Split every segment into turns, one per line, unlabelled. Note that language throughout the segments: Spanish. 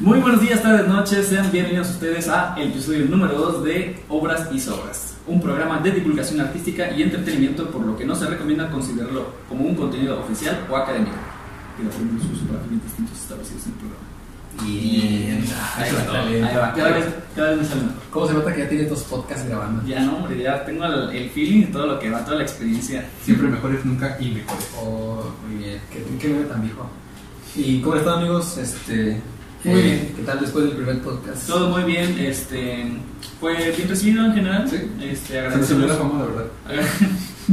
Muy buenos días, tardes, noches, sean bienvenidos ustedes a el episodio número 2 de Obras y Sobras, un programa de divulgación artística y entretenimiento por lo que no se recomienda considerarlo como un contenido oficial o académico, que lo tienen sus parafines distintos establecidos en el programa.
Bien.
Ahí
Eso es todo.
va, ahí va, cada vez, cada vez me sale mejor.
¿Cómo se nota que ya tiene dos podcasts grabando?
Ya no, hombre, ya tengo el, el feeling de todo lo que va, toda la experiencia.
Siempre mejores, nunca y mejores.
Oh, muy bien. Qué, qué meme tan viejo. ¿Y cómo están, amigos? Este,
Muy bien.
¿Qué tal después del primer podcast?
Todo muy bien, este, fue bien recibido en general.
Sí.
Este,
Se me subió la
agradecemos.
fama, la verdad.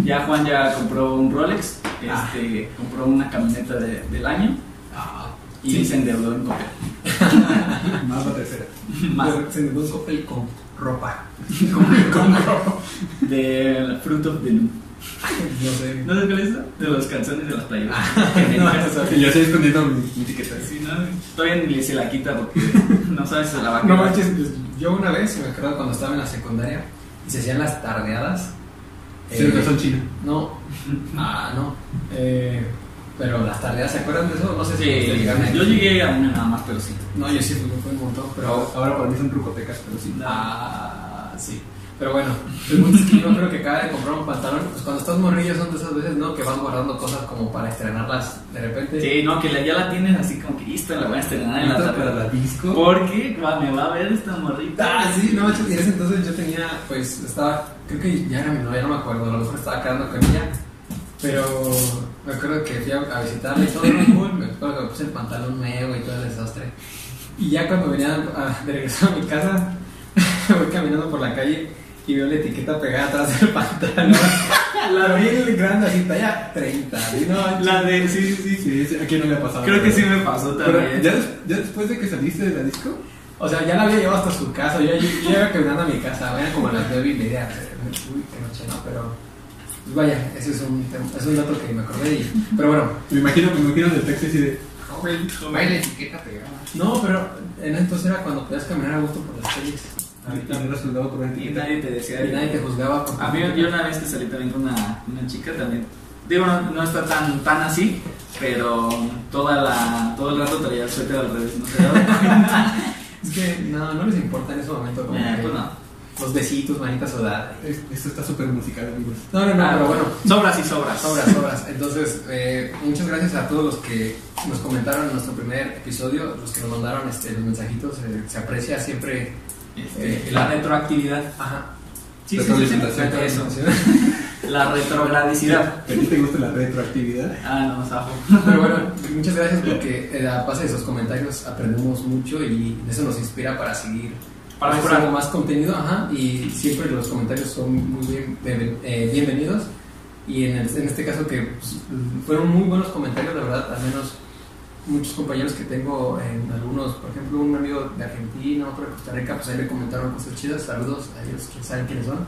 Ya Juan ya compró un Rolex,
Ah.
este, compró una camioneta de- del año
Ah,
y
Sí.
se endeudó en Coppel.
Más la tercera.
Más
se me puso el con ropa.
del Fruit of the Loom.
No sé.
¿No sabes cuál es esa? De los canciones de las playas.
Y yo estoy escondiendo mi, mi etiqueta.
Sí, no, todavía ni se la quita porque no sabes si se la va a
No
quedar.
manches, pues, yo una vez, me acuerdo cuando estaba en la secundaria y se hacían las tardeadas.
Se
Eh,
me pasó en China.
No, ah, no. Eh, pero las tardeadas, ¿se acuerdan de eso? No sé si ustedes
Sí,
llegaron a-
yo llegué a una nada más, pero sí.
No, yo sí fui, fui un montón,
Pero
pero.
ahora- ahora para mí son trucotecas, pero sí.
Ah, sí. Pero bueno, el punto es que yo creo que acaba de comprar un pantalón. Pues cuando estás morrillo son de esas veces, ¿no? Que vas guardando cosas como para estrenarlas de repente.
Sí, no, que la- ya la tienes así como que lista, la voy a estrenar en la
Ahorita
tarde.
para la disco.
Porque va- me va a ver esta morrita.
Ah, sí, no, manches, y en ese entonces yo tenía, pues, estaba, creo que ya era mi novia, no me acuerdo, a lo mejor estaba quedando con ella, pero me acuerdo que fui a, a visitarla y todo, ¿no? Cool, me acuerdo que me puse el pantalón nuevo y todo el desastre, y ya cuando venía a- de regreso a mi casa, voy caminando por la calle y veo la etiqueta pegada atrás del pantalón, la bien grande, así, talla 30, y no, manches,
La de, sí, sí, sí.
Sí, sí, aquí no le ha pasado.
Creo que sí me pasó
Pero
también.
ya, des- ya después de que saliste de la disco,
O sea, ya la había llevado hasta su casa. Yo, yo, yo iba caminando a mi casa, eran como las nueve y media. Uy, qué noche, ¿no? Pero. pues vaya, ese es un, tem- es un dato que me acordé. y- pero bueno,
me imagino, me imagino de Texas y de.
joven.
la etiqueta pegada.
No, pero en entonces era cuando podías caminar a gusto por las calles.
Ahorita me soldado con una
Y
etiqueta.
nadie te
Y
decía.
nadie te juzgaba. por-
A mí, yo una vez que salí también con una, una chica también. Digo, no, no está tan, tan así, pero toda la, todo el rato traía el suéter al revés, no se daba cuenta.
Es que no, no les importa en ese momento. Como
Eh,
que
pues no.
Los besitos, manita sudada.
Es- Esto está súper musical, amigos.
No, no, no,
Ah,
pero bueno.
Sobras y sobras.
Sobras, sobras. Entonces, eh, muchas gracias a todos los que nos comentaron en nuestro primer episodio, los que nos mandaron este, los mensajitos. eh, se aprecia siempre.
Este, la retroactividad.
Ajá.
Sí, sí, sí, sí,
Retroalimentación.
Eso. La retrogradicidad.
¿A ti te gusta la retroactividad?
Ah, no, zafo.
Pero bueno, muchas gracias porque eh, a base de esos comentarios aprendemos mucho y eso nos inspira para seguir
Para
hacer
mejorar.
más contenido. Ajá. Y siempre los comentarios son muy bien, bien- eh, bienvenidos. Y en, el- en este caso que pues, fueron muy buenos comentarios, la verdad, al menos muchos compañeros que tengo en algunos, por ejemplo, un amigo de Argentina, otro de Costa Rica, pues ahí le comentaron cosas chidas, saludos a ellos que saben quiénes son,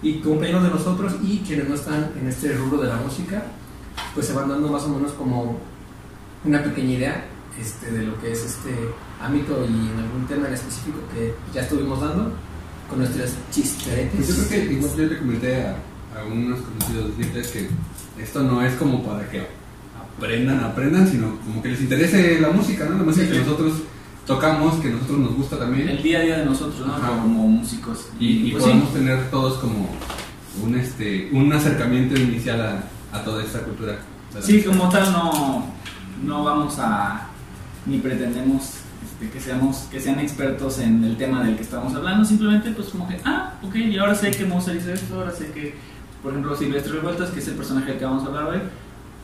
y compañeros de nosotros y quienes no están en este rubro de la música, pues se van dando más o menos como una pequeña idea este, de lo que es este ámbito y en algún tema en específico que ya estuvimos dando con nuestros
Pues yo creo
chisteretes.
que igual yo le comenté a, a unos conocidos de ustedes que esto no es como para que aprendan, aprendan, sino como que les interese la música, ¿no? La música
Sí,
que
sí.
nosotros tocamos, que nosotros nos gusta también
El día a día de nosotros, ¿no?
Ajá.
Como músicos.
y, y
pues,
podemos tener todos como un este un acercamiento inicial a, a toda esta cultura. ¿verdad?
Sí, como tal no, no vamos a ni pretendemos este, que seamos que sean expertos en el tema del que estamos hablando, simplemente pues como que ah, ok, y ahora sé que Mozart hizo esto, ahora sé que por ejemplo Silvestre Revueltas, que es el personaje del que vamos a hablar hoy,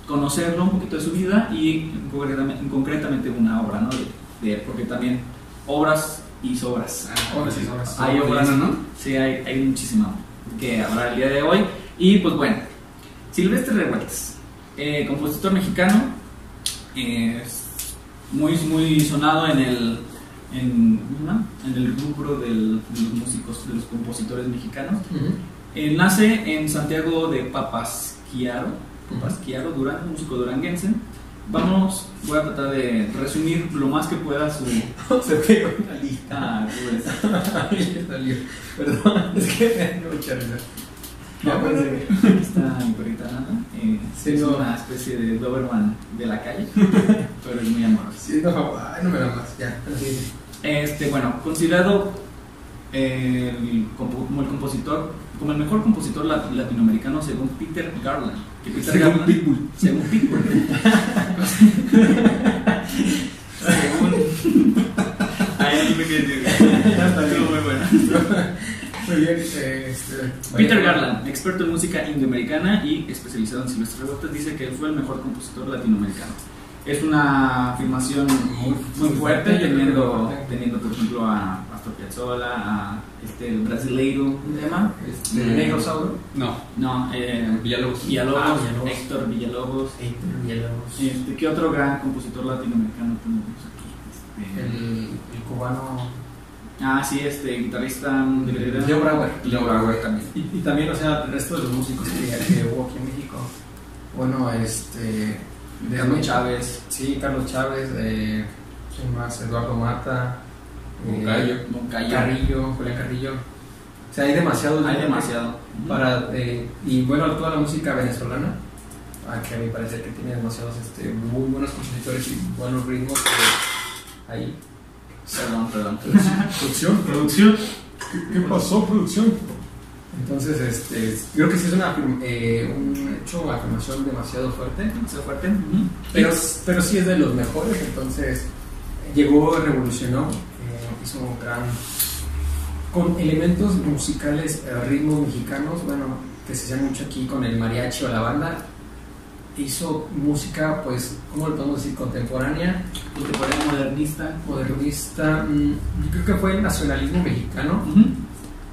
conocerlo un poquito de su vida y concretamente, concretamente una obra, ¿no? De, de- porque también obras y sobras.
Ah,
Obras y
sí.
obras.
Hay
Bueno,
obras,
¿no?
Sí, hay, hay muchísima que hablar el día de hoy. Y pues bueno, Silvestre Revueltas, eh, compositor mexicano, eh, es muy, muy sonado en el, en, ¿no? en el rubro del- de los músicos, de los compositores mexicanos.
Ujú.
Eh, nace en Santiago de Papasquiaro, Papasquiaro Durán, músico duranguense. Vamos, voy a tratar de resumir lo más que pueda su...
Se pegó una lija.
Ah, pues,
Ay, ya salió. Perdón, es que me dio mucha risa. Ya
pues,
puede ser.
Aquí está mi perrita Nana. eh,
Sí,
es
no.
una especie de Doberman de la calle. Tú eres muy amoroso.
Sí, no, ay, no me da más, ya, pero sí.
Este, bueno, considerado eh, el compo- como el compositor, como el mejor compositor lat- latinoamericano según Peter Garland. Que Peter
Según
Garland-
Pitbull.
Según Pitbull. según. Ay, dime qué decir. Estuvo muy bueno.
Muy bien, eh, este,
Peter
vaya.
Garland, experto en música indioamericana y especializado en silvestres Resortes, dice que él fue el mejor compositor latinoamericano. Es una afirmación muy, muy fuerte,
Yo creo que muy
teniendo,
fuerte.
teniendo por ejemplo a Astor Piazzolla, a este el brasileiro, ¿cómo se llama?
Este,
Mm.
Negro Sauro.
No,
No, eh,
Villalobos.
Villalobos,
Ah, Villalobos.
Héctor Villalobos.
Héctor Villalobos.
Este, ¿Qué otro gran compositor latinoamericano tenemos aquí? Este,
El, el cubano.
ah, sí, este guitarrista de verdad.
Joe Brauer.
Joe Brauer también.
Y, y también, o sea, el resto de los músicos que, que hubo aquí en México. Bueno, este. de-
Carlos Chávez,
Sí, Carlos Chávez. Eh, ¿Quién más? Eduardo Mata. eh,
Moncayo.
Moncayo.
Carrillo, Julián Carrillo. O sea, hay demasiado.
Hay demasiado.
Para, eh, y bueno, toda la música venezolana, a que a mi parecer que tiene demasiados este, muy buenos compositores y buenos ritmos que ahí.
Perdón, perdón.
Producción.
Producción.
¿Qué pasó, producción? Entonces, este, creo que sí es una, afirm- eh, un hecho, afirmación demasiado fuerte,
¿Se fuerte? Ujú.
pero, pero sí es de los mejores, entonces llegó, revolucionó, eh, hizo un gran... con elementos musicales, eh, ritmos mexicanos, bueno, que se hacían mucho aquí con el mariachi o la banda, hizo música, pues, ¿cómo lo podemos decir? Contemporánea,
Contemporáneo modernista.
modernista, mm, yo creo que fue el nacionalismo mexicano,
Ujú.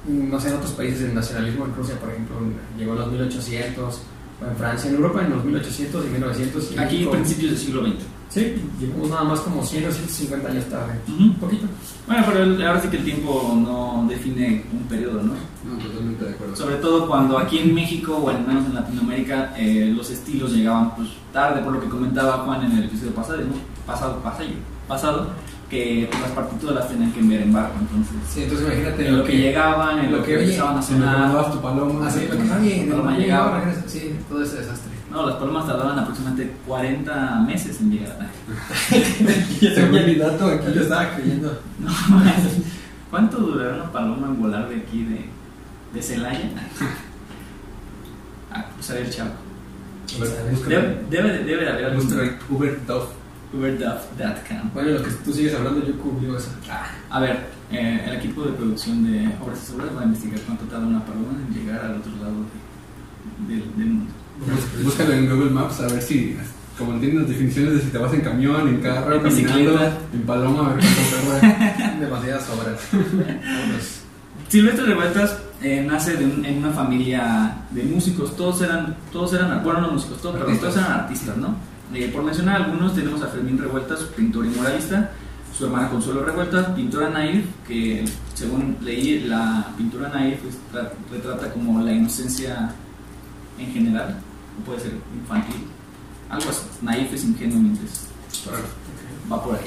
no sé, en otros países el nacionalismo en Rusia, por ejemplo, llegó en los 1800, o en Francia, en Europa en los 1800 y 1900. y
Aquí
México-
principios del siglo XX.
Sí, llegamos nada más como 100 o 150 años tarde.
Ujú.
Un poquito.
Bueno, pero el- ahora sí que el tiempo no define un periodo, ¿no?
No, totalmente de acuerdo.
Sobre todo cuando aquí en México, o al menos en Latinoamérica, eh, los estilos llegaban pues, tarde, por lo que comentaba Juan en el episodio pasado, ¿no? pasado, pasallo, pasado, que pues, las partituras las tenían que enviar en barco, entonces.
Sí, entonces imagínate
En lo que llegaban, en
lo
lo
que
que
oye,
empezaban a Ah,
Se me
sonar.
acomodabas tu paloma.
Así, lo que nadie en el
Paloma
mundo
llegaba.
regresa. Sí, todo ese desastre.
No, las palomas tardaban aproximadamente 40 meses en llegar a
Según mi dato, aquí yo estaba creyendo.
No, mames. ¿Cuánto durará una paloma en volar de aquí de, de Celaya? Ah, pues a ver, chavo. Debe, debe, de- debe de haber algún
Nuestra Uber Dove.
Uberduff.com.
Bueno, lo que tú sigues hablando, yo cubro eso.
Ah, A ver, eh, el equipo de producción de Obras y Obras va a investigar cuánto tarda una paloma en llegar al otro lado de- del, del mundo.
Bus- Búscalo en Google Maps a ver si, como tienen las definiciones de si te vas en camión, en carro,
En
caminando,
bicicleta.
en paloma, a ver cuánto tarda.
Demasiadas obras. Vámonos.
Silvestre Revueltas eh, nace de un- en una familia de músicos, todos eran, todos eran, bueno, no músicos, todos, perdón,
Artistas.
todos eran artistas, ¿no? Eh, por mencionar algunos, tenemos a Fermín Revueltas, pintor y muralista, su hermana Consuelo Revueltas, pintora naif, que según leí, la pintura naif pues, tra- retrata como la inocencia en general, o puede ser infantil, algo así, naif es ingenuo mientras va por ahí.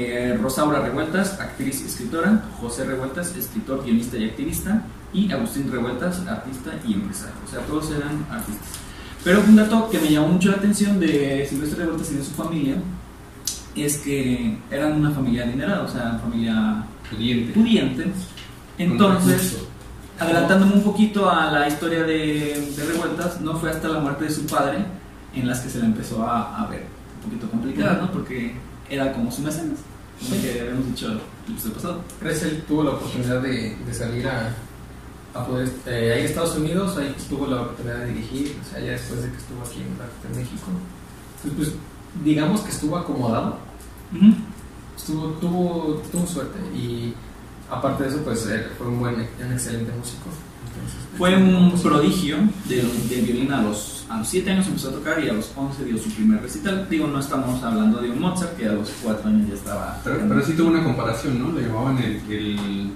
Eh, Rosaura Revueltas, actriz y escritora. José Revueltas, escritor, guionista y activista. Y Agustín Revueltas, artista y empresario. O sea, todos eran artistas. Pero un dato que me llamó mucho la atención de Silvestre Revueltas y de su familia es que eran una familia adinerada, o sea, familia
Pudiente.
pudiente. Entonces, Adelantándome un poquito a la historia de, de Revueltas, no fue hasta la muerte de su padre en las que se la empezó a, a ver un poquito complicada, ¿no? Porque era como su mecenas, como
Sí.
que habíamos dicho el episodio pasado.
¿Crees él tuvo la oportunidad de, de salir a, a poder eh, ahí a Estados Unidos? Ahí tuvo la oportunidad de dirigir, o sea, ya después de que estuvo aquí en, la- en México. Pues, pues, digamos que estuvo acomodado,
Ujú.
estuvo, tuvo, tuvo suerte y aparte de eso, pues él fue un buen, un excelente músico. Entonces,
Fue un
pues,
prodigio del, del violín a los, a los 7 años empezó a tocar y a los 11 dio su primer recital. Digo, no estamos hablando de un Mozart que a los 4 años ya estaba...
Pero, pero sí tuvo una comparación, ¿no? Le llamaban el, el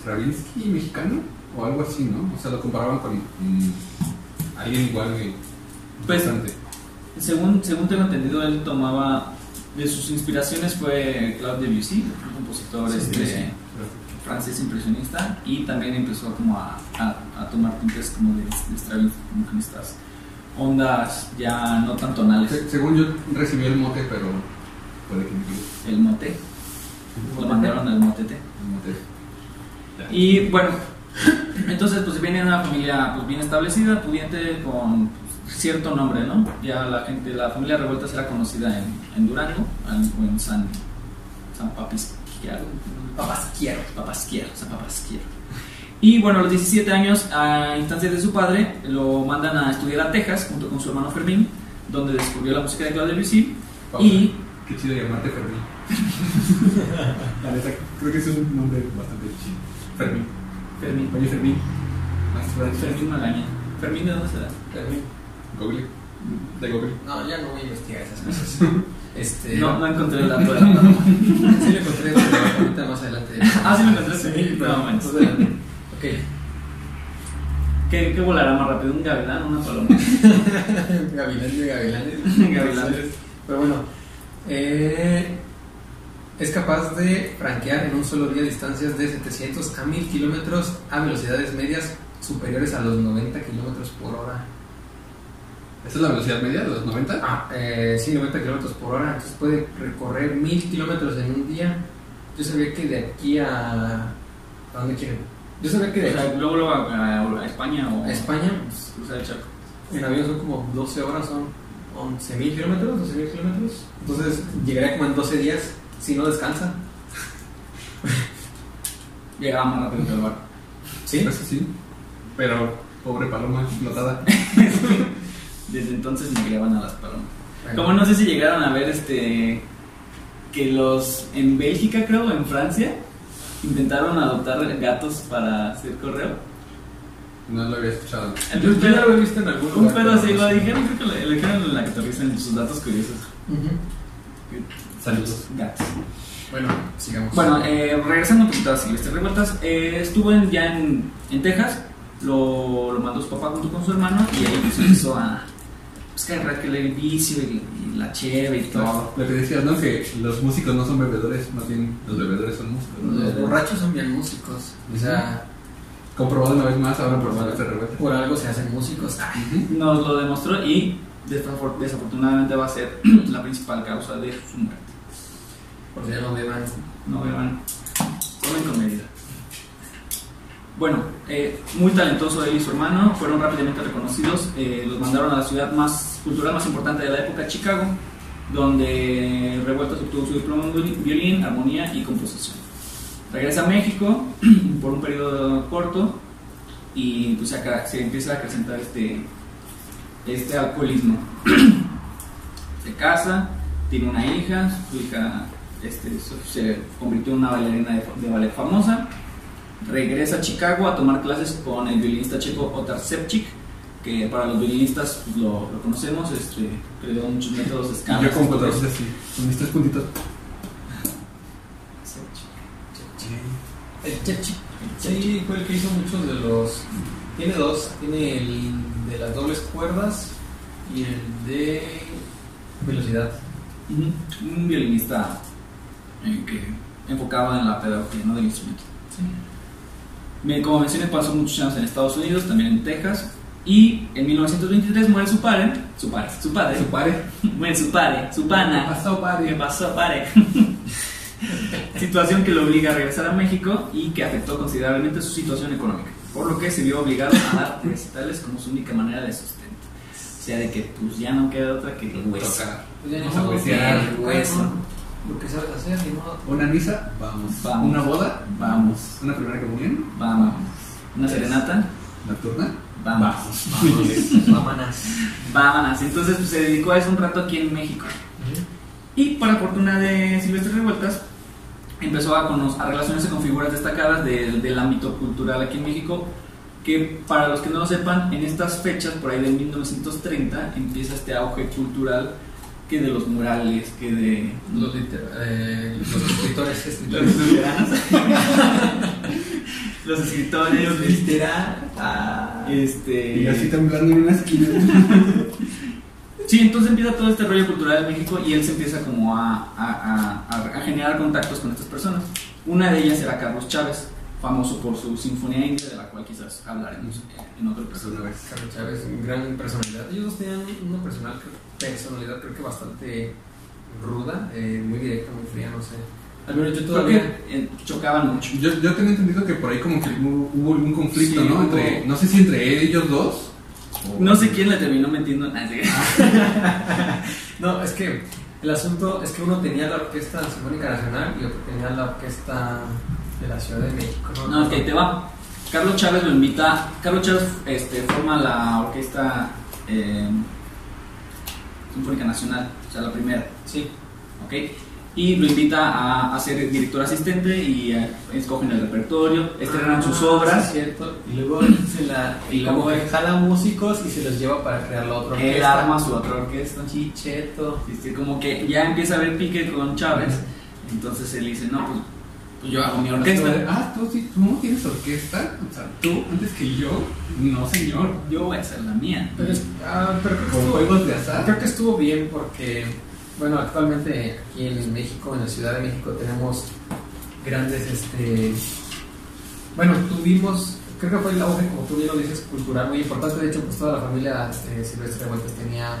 Stravinsky mexicano o algo así, ¿no? O sea, lo comparaban con mm, alguien igual de
Pues-
importante.
Según, según tengo entendido, él tomaba... De sus inspiraciones fue Claude Debussy, un compositor
Sí,
este,
sí.
francés impresionista y también empezó como a, a- a tomar tintes como de, de Stravinsky, como con estas ondas ya no tan tonales.
Se- según yo recibí el mote, pero Puede que me equivoque.
el mote. Lo mandaron al motete.
No te- Ya.
Y bueno, entonces pues viene de una familia pues bien establecida, pudiente, con pues, cierto nombre, ¿no? Ya la gente, la familia Revueltas era conocida en, en Durango, en, o en San, San Papisquiaro,
Papás quiero.
Papasquiaro, San Papasquiaro. Y bueno, a los 17 años, a instancias de su padre, lo mandan a estudiar a Texas junto con su hermano Fermín, donde descubrió la música de Claudia Debussy y
Qué chido llamarte Fermín. La neta, creo que es un nombre bastante chido. Fermín.
Fermín,
Oye, Fermín.
Fermín Magaña. Fermín, ¿de dónde será?
Fermín.
Google. De Google.
No, ya no voy a investigar esas cosas. Este.
No, no encontré el dato de la mano.
Sí lo encontré, pero ahorita más adelante.
Ah, sí lo encontraste. No, manches.
más adelante. Ok.
¿Qué, qué volará más rápido? ¿Un gavilán o una paloma?
Gavilanes de gavilanes.
Gavilanes.
Pero bueno, eh, es capaz de franquear en un solo día distancias de 700 a 1000 kilómetros a velocidades medias superiores a los 90 kilómetros por hora.
¿Esa es la velocidad media de los 90?
Ah, eh, sí, 90 kilómetros por hora, entonces puede recorrer 1000 kilómetros en un día. Yo sabía que de aquí a. ¿A dónde quieren? Yo sabía que
O
de
sea,
aquí
luego luego a, a- a España o
a España
pues, cruzar el charco.
En avión son como 12 horas, son 11.000 kilómetros, 12.000 kilómetros. Entonces llegaría como en 12 días si no descansa.
Llegaba más rápido que el barco.
¿Sí?
Pues sí. Pero, pobre paloma explotada.
Desde entonces migraban a las palomas. Como no sé si llegaron a ver este. que los. en Bélgica, creo, o en Francia, intentaron adoptar gatos para hacer correo.
No lo había escuchado.
Yo, yo ya lo he visto en algún
Un
lugar,
pedo
pero
así,
no
lo
sé.
dijeron, creo que le le dijeron en la catarrista en sus datos curiosos.
Ujú.
Saludos.
Gatos.
Bueno, sigamos.
Bueno, eh, regresando un poquito a Silvestre Revueltas, eh, estuvo en- ya en, en Texas, lo, lo mandó su papá junto con su hermano y ahí pues empezó a pues, que era que el vicio y, y la cheve y todo.
Lo que decías, ¿no? Que los músicos no son bebedores, más bien los bebedores son músicos. ¿no?
los borrachos son bien músicos. O sea,
Comprobado una vez más, ahora por mal este revés.
por algo se hacen músicos. Ay,
Nos lo demostró y desafor- desafortunadamente va a ser la principal causa de su muerte.
porque ya no beban.
No beban, comen con medida. Bueno, eh, muy talentoso él y su hermano, fueron rápidamente reconocidos, eh, los mandaron a la ciudad más cultural más importante de la época, Chicago, donde Revueltas obtuvo su diploma en violín- violín, armonía y composición. Regresa a México por un periodo corto y pues, se, aca- se empieza a acrecentar este, este alcoholismo. se casa, tiene una hija, su hija este, so- se convirtió en una bailarina de, de ballet famosa. Regresa a Chicago a tomar clases con el violinista checo Otar Sepchik, que para los violinistas pues, lo, lo conocemos, este, creó muchos métodos de este, escala.
Yo como dos así, con mis tres puntitos.
El Chechi. Sí, fue el que hizo muchos de los. Tiene dos. Tiene el de las dobles cuerdas y el de velocidad.
Ujú, Un violinista eh, que enfocaba en la pedagogía ¿no? del instrumento. Me- Como mencioné, pasó muchos años en Estados Unidos, también en Texas. Y en 1923 muere su padre, su padre, su padre,
Su pare.
muere su padre, su pana.
Pasó
¿Qué
pare.
pasó, pare? situación que lo obliga a regresar a México y que afectó considerablemente su situación económica, por lo que se vio obligado a dar recitales como su única manera de sustento. O sea, de que pues ya no queda otra que el hueso.
Toca.
Pues ya ni
Vamos a
modo,
apreciar.
el hueso. Lo que sabes hacer, ni modo.
Una misa, vamos.
Vamos.
Una boda,
Vamos.
Una primera comunión,
Vamos. Una serenata,
nocturna.
vamos.
Vámonos, vámonos.
Vámonos. Entonces pues, se dedicó a eso un rato aquí en México.
¿Eh?
Y para fortuna de Silvestre Revueltas, empezó a, cono- a relacionarse con figuras destacadas del, del ámbito cultural aquí en México, que para los que no lo sepan, en estas fechas, por ahí de 1930, empieza este auge cultural que de los murales, que de
Los, liter- eh, los escritores, escritores.
los literanos, los escritores,
literal. Ah.
este...
Y así temblando en una esquina.
Sí, entonces empieza todo este rollo cultural en México y él se empieza como a, a- a- a- a generar contactos con estas personas. Una de ellas era Carlos Chávez, famoso por su Sinfonía India, de la cual quizás hablaremos eh, en otro
Pues
episodio.
una vez.
Carlos Chávez, gran personalidad. Ellos dos tenían una personal- personalidad, creo que bastante ruda, eh, muy directa, muy fría, no sé. Al menos yo
Creo
todavía.
que eh, chocaban mucho.
Yo, yo tenía entendido que por ahí como que hubo, hubo algún conflicto,
Sí,
¿no?
hubo-
Entre, no sé si entre ellos dos. o-
No sé quién le terminó metiendo. Ah, sí.
No, es que el asunto es que uno tenía la Orquesta Sinfónica Nacional y otro tenía la Orquesta de la Ciudad de México.
No, ok, te va. Carlos Chávez lo invita. Carlos Chávez este, forma la orquesta eh, Sinfónica Nacional, o sea, la primera,
Sí.
¿ok? Y lo invita a, a ser director asistente y eh, escogen el repertorio, estrenan sus
Ah, Sí,
obras.
cierto. Y luego se la. Y
Y luego-
luego jala músicos y se los lleva para crear la otra
Él
orquesta.
arma su otra orquesta.
Chicheto.
Este, como que ya empieza a haber pique con Chávez, entonces él dice, no, pues, pues yo hago mi orquesta.
Ah, tú sí, tú no tienes orquesta. O sea, tú antes que yo. No, señor.
Yo voy a hacer la mía.
Pero, es- ah, pero creo que
Con
estuvo-
juegos de
Ah,
azar.
Creo que estuvo bien porque, bueno, actualmente aquí en México, en la Ciudad de México, tenemos grandes, este, bueno, tuvimos, creo que fue el auge, como tú bien lo dices, cultural muy importante. De hecho, pues toda la familia este, Silvestre Revueltas tenía,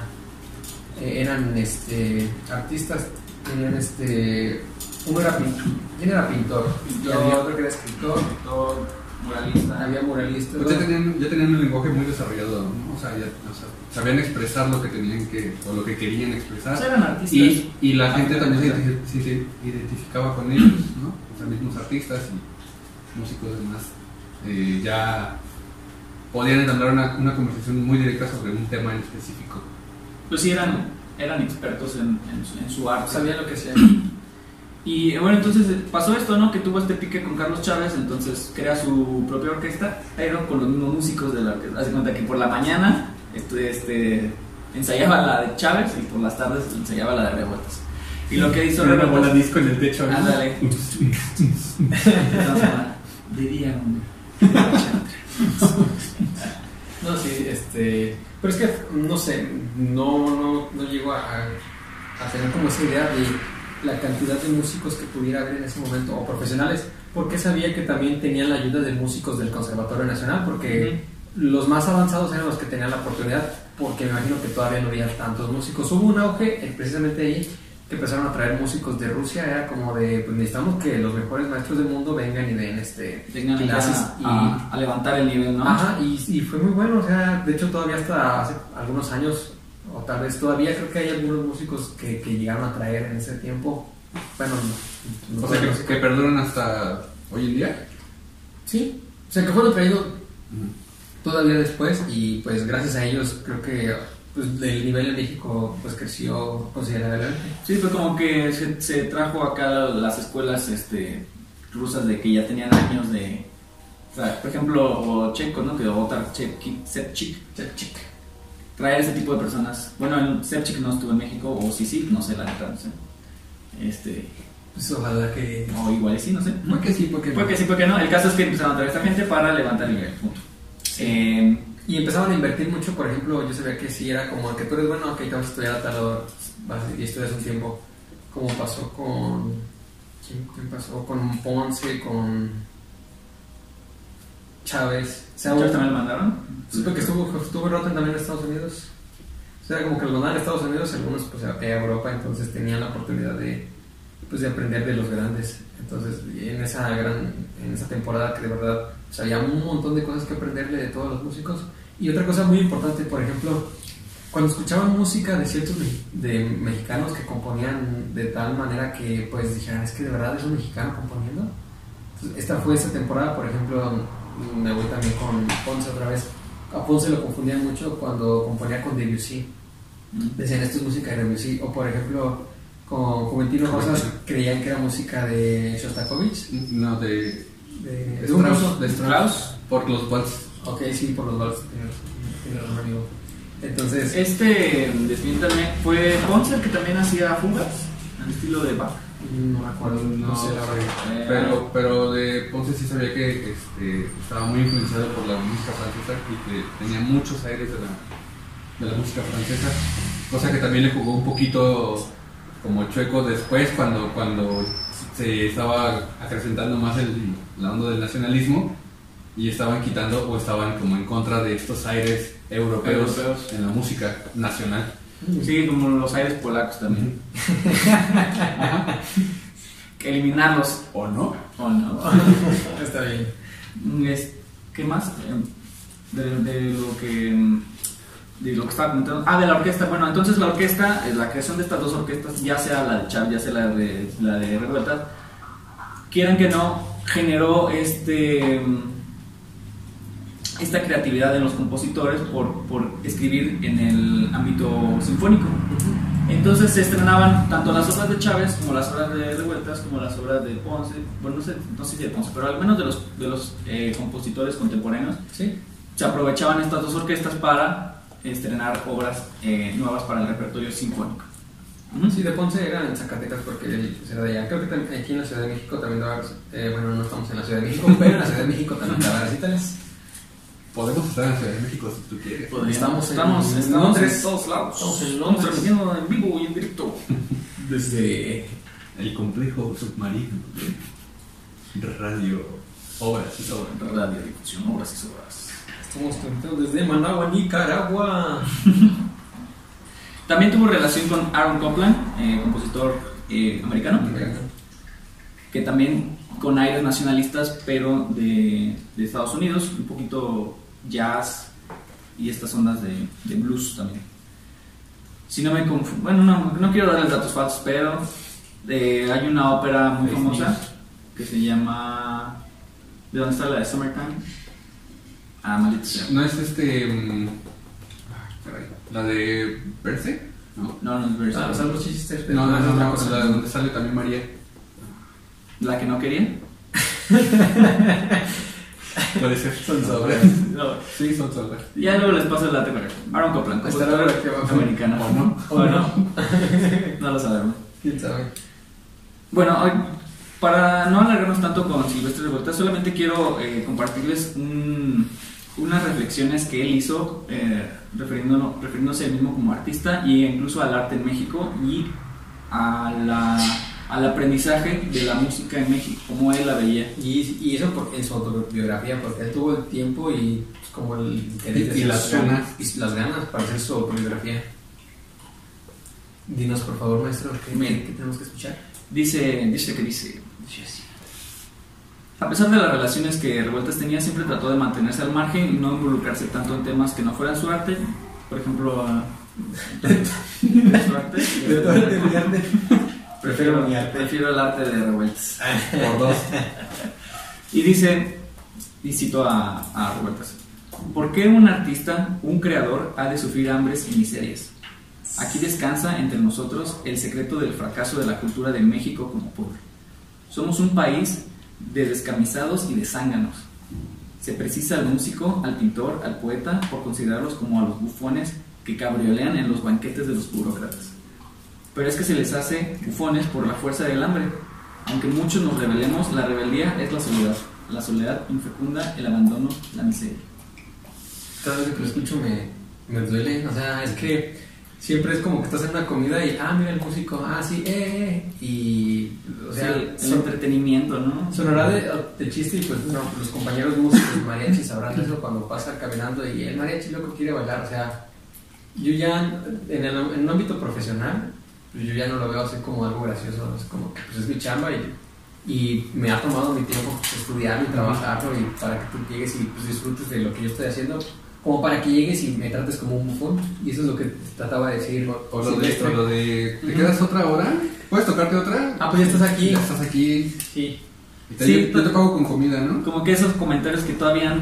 eh, eran, este, artistas, tenían, este, uno era pintor, ¿quién era pintor? Y
Pintor.
había otro que era escritor,
Todo muralista.
había muralista.
Pues ya tenían, ya tenían un lenguaje muy desarrollado, ¿no? O sea, ya o sea, sabían expresar lo que tenían que, o lo que querían expresar.
Pues eran artistas.
Y, y la gente
Ah,
también se,
claro.
identi- se- se identificaba con ellos, ¿no? O sea, mismos artistas y músicos demás. eh, ya podían entablar una, una conversación muy directa sobre un tema en específico.
Pues sí, eran, eran expertos en, en su, en su arte.
Sabían lo que hacían.
Y eh, bueno, entonces eh, pasó esto, ¿no? Que tuvo este pique con Carlos Chávez, entonces crea su propia orquesta, pero con los mismos músicos de la orquesta. Hace cuenta que por la mañana este, este, ensayaba la de Chávez y por las tardes ensayaba la de Revueltas. Y lo que hizo Revueltas.
disco en el techo. ¿no?
Ándale. De día, hombre. De noche,
No, sí, este. Pero es que, no sé, no, no, no llego a, a- a tener como esa idea de la cantidad de músicos que pudiera haber en ese momento, o profesionales, porque sabía que también tenían la ayuda de músicos del Conservatorio Nacional,
eh,
porque los más avanzados eran los que tenían la oportunidad, porque me imagino que todavía no había tantos músicos. Hubo un auge eh, precisamente ahí que empezaron a traer músicos de Rusia, era como de, pues necesitamos que los mejores maestros del mundo vengan y den este,
Tengan que
clases
a,
y...
a- a levantar el nivel, ¿no?
Ajá, y, y fue muy bueno, o sea, de hecho todavía hasta hace algunos años, o tal vez todavía creo que hay algunos músicos que, que llegaron a traer en ese tiempo. Bueno, no, no
O sea,
sé,
que, que perduran hasta hoy en día.
sí, o sea, que fueron traídos todavía después y pues gracias a ellos creo que pues, el nivel en México pues creció considerablemente.
Sí, fue como que se, se trajo acá las escuelas este, rusas de que ya tenían años de. O sea, por ejemplo, o Checo, ¿no? Que Otar Chepki- Sepchik. Sepchik. Traer ese tipo de personas. Bueno, en Sepchik no estuvo en México, o sí, sí, no sé la neta, no sé. Este,
Pues ojalá que...
o igual y sí, no sé.
Porque sí, porque...
Porque sí, porque no. El caso es que empezaron a traer esta gente para levantar el nivel, punto. Eh,
Y empezaban a invertir mucho, por ejemplo, yo sabía que sí era como que tú eres bueno, ok, te vas a estudiar a tal hora, vas y estudias un tiempo, como pasó con. ¿Quién, quién pasó? Con Ponce, con. Chávez. O sea,
¿Chávez
un-
también lo mandaron?
supe que estuvo, que estuvo Rotten también en Estados Unidos. O sea, como que los mandaban a Estados Unidos, algunos pues a a Europa, entonces tenían la oportunidad de, pues, de aprender de los grandes. Entonces, y en esa gran, en esa temporada que de verdad, pues, había un montón de cosas que aprenderle de todos los músicos. Y otra cosa muy importante, por ejemplo, cuando escuchaban música de ciertos me- de mexicanos que componían de tal manera que pues dijeran, es que de verdad es un mexicano componiendo. Entonces, esta fue esa temporada, por ejemplo, me voy también con Ponce otra vez. A Ponce lo confundían mucho cuando componía con Debussy. Decían, esto es música de Debussy. O por ejemplo, con Juventino Rosas
Juventino.
creían que era música de Shostakovich.
No, de,
De,
de
de un ruso.
Strauss. De Strauss. Por los Waltz.
Ok, sí, por los vals. tiene- tiene razón, amigo. Entonces,
Este, definitivamente, fue Ponce el que también hacía fugas, al estilo de Bach.
no me acuerdo, no, sé la verdad.
Eh,
Pero, pero de Ponce sí sabía que este, estaba muy influenciado por la música francesa y que tenía muchos aires de la, de la música francesa, cosa que también le jugó un poquito como chueco después cuando, cuando se estaba acrecentando más el, la onda del nacionalismo y estaban quitando o estaban como en contra de estos aires europeos
Europeos.
en la música nacional.
Sí, como los aires polacos también. Que eliminarlos.
¿O no?
¿O no?
Está bien.
Es- ¿Qué más? Eh, De, de lo que mm, de lo que estaba comentando. Ah, de la orquesta. Bueno, entonces la orquesta, eh, la creación de estas dos orquestas, ya sea la de Chav, ya sea la de la de Revueltas, quieran que no, generó este mm, esta creatividad en los compositores por, por escribir en el ámbito sinfónico. Entonces se estrenaban tanto las obras de Chávez como las obras de Revueltas, como las obras de Ponce, bueno, no sé, no sé si de Ponce, pero al menos de los, de los eh, compositores contemporáneos,
Sí.
se aprovechaban estas dos orquestas para estrenar obras eh, nuevas para el repertorio sinfónico. Ujú.
Sí, de Ponce era en Zacatecas porque él era de allá. Creo que también aquí en la Ciudad de México también daba. eh, bueno, no estamos en la Ciudad de México, pero en la Ciudad de México también daba recitales.
Podemos estar en la Ciudad de México si tú quieres.
Podrían-
Estamos en
estamos,
Londres,
estamos en
en
todos lados.
estamos en
Estamos
Londres.
transmitiendo en vivo y en directo.
Desde.
El complejo submarino de radio, obras y sobras.
Radio difusión, obras y obras.
Estamos conectados desde Managua, Nicaragua.
También tuvo relación con Aaron Copland, eh, compositor eh, americano. que también con aires nacionalistas, pero de, de Estados Unidos, un poquito jazz y estas ondas de, de blues también. Si no me confundo, bueno, no, no quiero darles datos falsos, pero eh, hay una ópera muy
Fake
famosa
news.
que se llama. ¿De dónde está la de Summertime? Ah, maldita sea.
¿No es este. mm, ah, caray, ¿La de Perse? No.
No, no es Versailles.
Ah, salvo chistes, pero
No, no, no,
otra
no,
cosa.
la donde sale también María.
¿La que no quería?
Puede ser.
Son sobras.
No.
Sí, son sobras.
Ya luego les paso el dato correcto. Aaron Copland,
Está la
compositor
obra que va a-
americano.
¿O no?
¿O no?
No lo sabemos.
¿Quién sabe?
Bueno, hoy, para no alargarnos tanto con Silvestre Revuelta, solamente quiero eh, compartirles un- unas reflexiones que él hizo eh, refiriéndonos- refiriéndose a él mismo como artista e incluso al arte en México y a la- al aprendizaje de la música en México, como él la veía.
Y, y eso por- en su autobiografía, porque él tuvo el tiempo y pues, como el interés de
Y- y
hacer
las
su-
ganas.
y las ganas para hacer su autobiografía. Dinos por favor, maestro, ¿qué,
Bien.
qué tenemos que escuchar?
Dice, dice que dice. A pesar de las relaciones que Revueltas tenía, siempre trató de mantenerse al margen y no involucrarse tanto en temas que no fueran su arte. Por ejemplo, ah, su arte. eh, Prefiero, prefiero el arte de Revueltas.
Por dos.
Y dice, y cito a, a Revueltas, ¿por qué un artista, un creador, ha de sufrir hambres y miserias? Aquí descansa entre nosotros el secreto del fracaso de la cultura de México como pueblo. Somos un país de descamisados y de zánganos. Se precisa al músico, al pintor, al poeta, por considerarlos como a los bufones que cabriolean en los banquetes de los burócratas. Pero es que se les hace bufones por la fuerza del hambre. Aunque muchos nos rebelemos, la rebeldía es la soledad. La soledad infecunda, el abandono, la miseria.
Cada vez que lo escucho me, me duele, o sea, es que siempre es como que estás en una comida y, ah, mira el músico, ah, sí, eh, eh, y, o sea,
el, el
son-
entretenimiento, ¿no?
Sonará de, de chiste y pues no, los compañeros músicos mariachi sabrán eso cuando pasa caminando y el mariachi loco quiere bailar, o sea, yo ya en el en un ámbito profesional, pues yo ya no lo veo así como algo gracioso, es como que pues es mi chamba y, y me ha tomado mi tiempo pues, estudiarlo y trabajarlo y para que tú llegues y pues, disfrutes de lo que yo estoy haciendo, como para que llegues y me trates como un bufón y eso es lo que trataba de decir.
O lo de
Silvestre.
o lo de. ¿Te
Ujú.
quedas otra hora? ¿Puedes tocarte otra?
Ah, pues ya estás aquí.
Ya estás aquí.
Sí.
Y te-
Sí.
yo, yo te pago con comida, ¿no?
Como que esos comentarios que todavía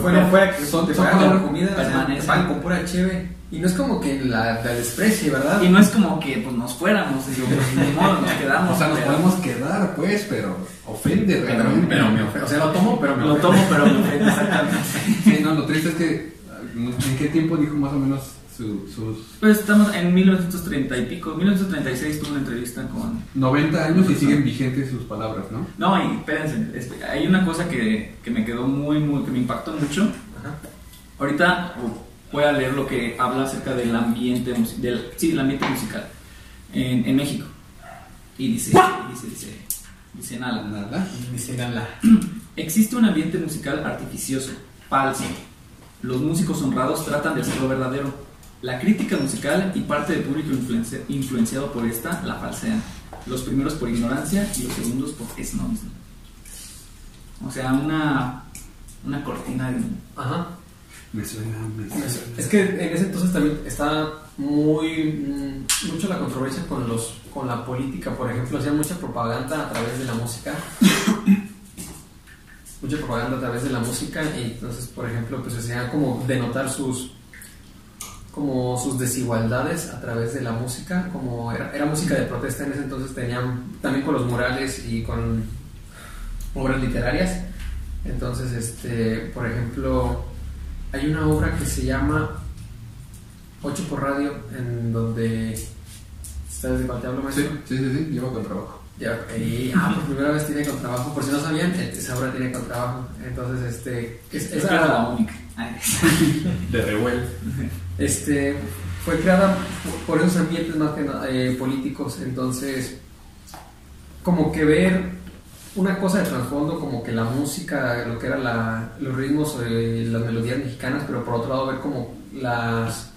Bueno, fuera que son, te
Son
pagan la
como-
comida,
permanece.
te pagan con pura cheve. Y no es como que la, la desprecie, ¿verdad?
Y no es como que pues, nos fuéramos, digo, pues, ni modo, nos quedamos.
O sea, nos
pero-
podemos quedar, pues, pero ofende
Ah, Pero,
realmente.
pero me ofende. O sea, lo tomo, pero me
Lo
ofende.
tomo, pero me ofende, exactamente.
Sí, no, lo triste es que. no sé ¿En qué tiempo dijo más o menos su- sus
Pues estamos en 1930 y pico, 1936 tuve una entrevista con...
90 años y siguen vigentes sus palabras, ¿no?
No, y espérense, esp- hay una cosa que, que me quedó muy, muy, que me impactó mucho.
Ajá.
Ahorita voy a leer lo que habla acerca del ambiente, mus- del, sí, el ambiente musical en, en México. Y dice, dice, dice, dice Nala.
Nada.
Dice Gala.
Existe un ambiente musical artificioso, falso. Los músicos honrados tratan de hacerlo verdadero, La crítica musical y parte del público influencia- influenciado por esta la falsean. Los primeros por ignorancia y los segundos por esnovismo. O sea, una, una cortina de...
Ajá.
Me suena, me
Es
suena.
que eh, en ese entonces también está muy mm, mucho la controversia con los con la política, por ejemplo, hacían mucha propaganda a través de la música. mucha propaganda a través de la música y entonces, por ejemplo, pues hacían como denotar sus como sus desigualdades a través de la música, como era, era música de protesta en ese entonces tenían también con los murales y con obras literarias. Entonces, este, por ejemplo, hay una obra que se llama 8 por radio, en donde. ¿Sabes de cuál te hablo, maestro?
Sí, sí, sí, sí, llevo con trabajo.
Ya, y, ah, por primera vez tiene contrabajo. Por si no sabían, eh, esa obra tiene contrabajo. Entonces, este. es-
Es
esa-
la única. Ay,
De revuelo.
este, fue creada por, por esos ambientes más que nada, eh, políticos, entonces como que ver una cosa de trasfondo, como que la música, lo que eran los ritmos, eh, las melodías mexicanas, pero por otro lado ver como las,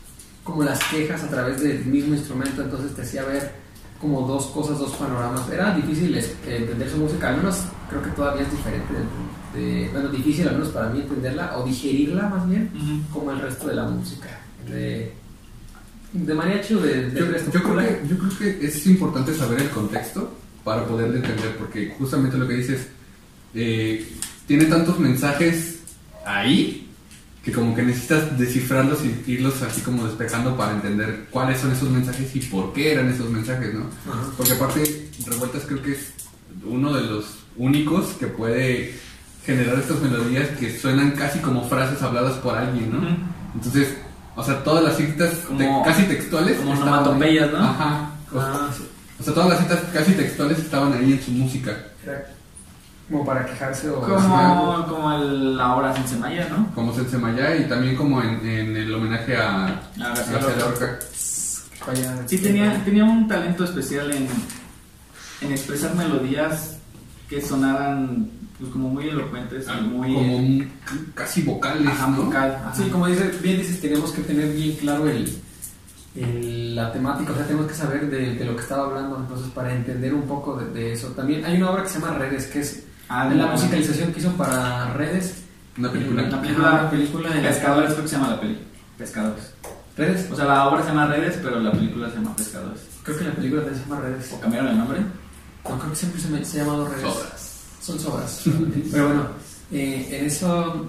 como las quejas a través del mismo instrumento, entonces te hacía ver como dos cosas, dos panoramas. Era difícil es- eh, entender su música, al menos creo que todavía es diferente, de- de- bueno, difícil al menos para mí entenderla o digerirla más bien
Ujú.
como el resto de la música. De, de mariachi o de, de
Yo,
resto
yo creo
popular.
que, yo creo que es importante saber el contexto para poderlo entender, porque justamente lo que dices, eh, tiene tantos mensajes ahí que como que necesitas descifrarlos y irlos así como despejando para entender cuáles son esos mensajes y por qué eran esos mensajes, ¿no?
Ajá.
Porque aparte, Revueltas creo que es uno de los únicos que puede generar estas melodías que suenan casi como frases habladas por alguien, ¿no?
Ujú.
Entonces, o sea, todas las citas te-
Como-
casi textuales...
Como
estaban ahí.
onomatopeyas, ¿no?
Ajá. O,
Ah, sí.
o sea, todas las citas casi textuales estaban ahí en su música.
Era como para quejarse o...
Como, como el, la obra sin semalla, ¿no?
Como Sensemayá y también como en, en el homenaje a
Ah,
La
García Lorca.
Vaya-
Sí, tenía, tenía un talento especial en, en expresar melodías que sonaran pues, como muy elocuentes y Ah, muy...
Como un- casi vocales,
ajá,
¿no?
vocal, ajá.
Sí, como dice, bien dices, tenemos que tener bien claro el, el- la temática, o sea, tenemos que saber de, de lo que estaba hablando, entonces para entender un poco de, de eso. También hay una obra que se llama Redes, que es
Ah,
la
no,
musicalización que hizo para Redes.
Una película.
La
Ajá,
película,
una película en la-
Pescadores creo que se llama la peli. Pescadores.
Redes,
O sea, la obra se llama Redes, pero la película se llama Pescadores.
creo que la película también se llama Redes.
¿O cambiaron el nombre?
No, creo que siempre se, me, se ha llamado Redes.
Sobras.
Son sobras. Pero bueno, eh, en eso,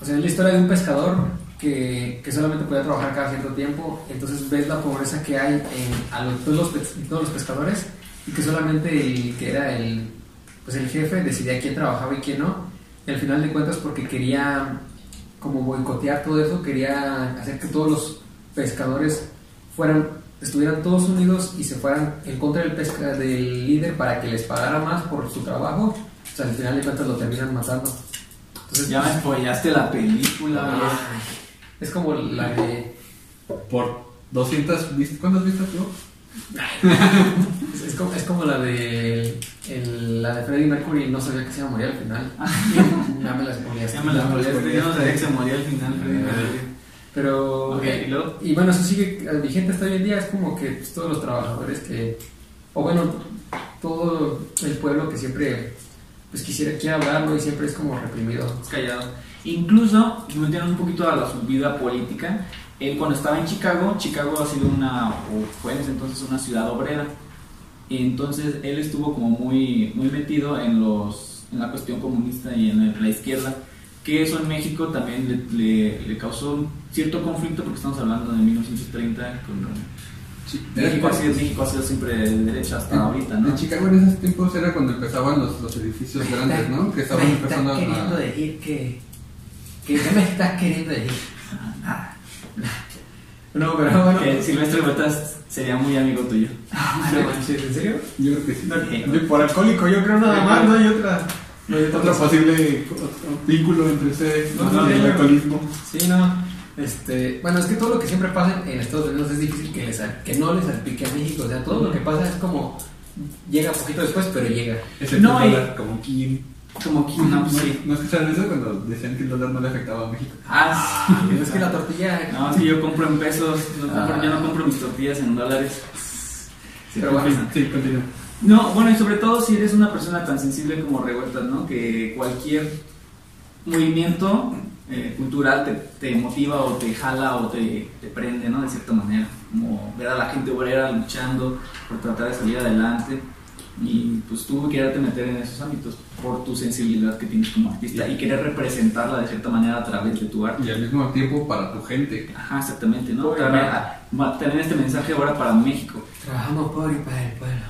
o sea, es la historia de un pescador que, que solamente podía trabajar cada cierto tiempo, entonces ves la pobreza que hay en a lo- todos, los, pe- todos los pescadores y que solamente el que era el, pues el jefe decidía quién trabajaba y quién no. Y al final de cuentas, porque quería como boicotear todo eso, quería hacer que todos los pescadores fueran estuvieran todos unidos y se fueran en contra del, pesca, del líder para que les pagara más por su trabajo, o sea, al final de cuentas lo terminan matando. Entonces,
Pues Ya me spoilaste la película, güey.
Ay, es como la de...
Por 200 vistas. ¿Cuántas vistas tuvo?
Es, es como, es como la de... el- la de Freddie Mercury, no sabía que se iba a morir al final. ya me la spoileaste.
Ya me la
Ya me la
spoilaste, yo no sabía que
spoileaste.
se moría al final, Freddy Mercury.
Pero... eh,
Ok, y luego.
Y bueno, eso sigue eh, vigente hasta hoy en día. Es como que pues, todos los trabajadores que, o bueno, todo el pueblo que siempre pues quisiera quiere hablarlo y siempre es como reprimido.
más callado. Incluso, metiendo un poquito a la subida política, él cuando estaba en Chicago, Chicago ha sido una, o fue en ese entonces una ciudad obrera. Y entonces él estuvo como muy, muy metido en, los, en la cuestión comunista y en la- la izquierda, que eso en México también le, le- le causó un cierto conflicto porque estamos hablando de 1930, con, México, ha sido, México ha sido siempre de derecha hasta Ah, ahorita,
En
¿no?
Chicago en esos tiempos era cuando empezaban los, los edificios grandes, ¿no? Que estaban empezando a...
decir que, que ¿qué me estás queriendo decir? No, pero bueno.
Que Silvestre Huertas sería muy amigo tuyo.
Ah, no manches, ¿en serio?
Yo creo que sí.
Ok.
Por alcohólico, yo creo nada más, no hay otra. No hay otra
Otro
cosa.
posible otro vínculo entre ustedes,
No,
¿no?
no,
Y el
no.
alcoholismo.
Sí, no. Este, bueno, es que todo lo que siempre pasa en Estados Unidos es difícil que, les, que no les salpique a México. O sea, todo lo que pasa es como llega poquito después, pero llega.
Es
No, y-
como Kim.
Como que no, pues
¿No,
sí.
¿No escucharon eso cuando decían que el dólar no le afectaba a México?
Ah, sí.
es que la tortilla.
No, es que yo compro en pesos, no compro-
Ah.
yo no compro mis tortillas en dólares.
Sí,
Pero
en fin,
bueno.
sí, continúa.
No, bueno, y sobre todo si eres una persona tan sensible como Revueltas, ¿no? Que cualquier movimiento eh, cultural te, te motiva o te jala o te, te prende, ¿no? De cierta manera. Como ver a la gente obrera luchando por tratar de salir adelante. Y pues tú quererte meter en esos ámbitos por tu sensibilidad que tienes como artista y querer representarla de cierta manera a través de tu arte.
Y al mismo tiempo para tu gente.
Ajá, exactamente, ¿no?
Oye,
También,
¿verdad?
va a tener este mensaje ahora para México.
Trabajamos por y para el pueblo.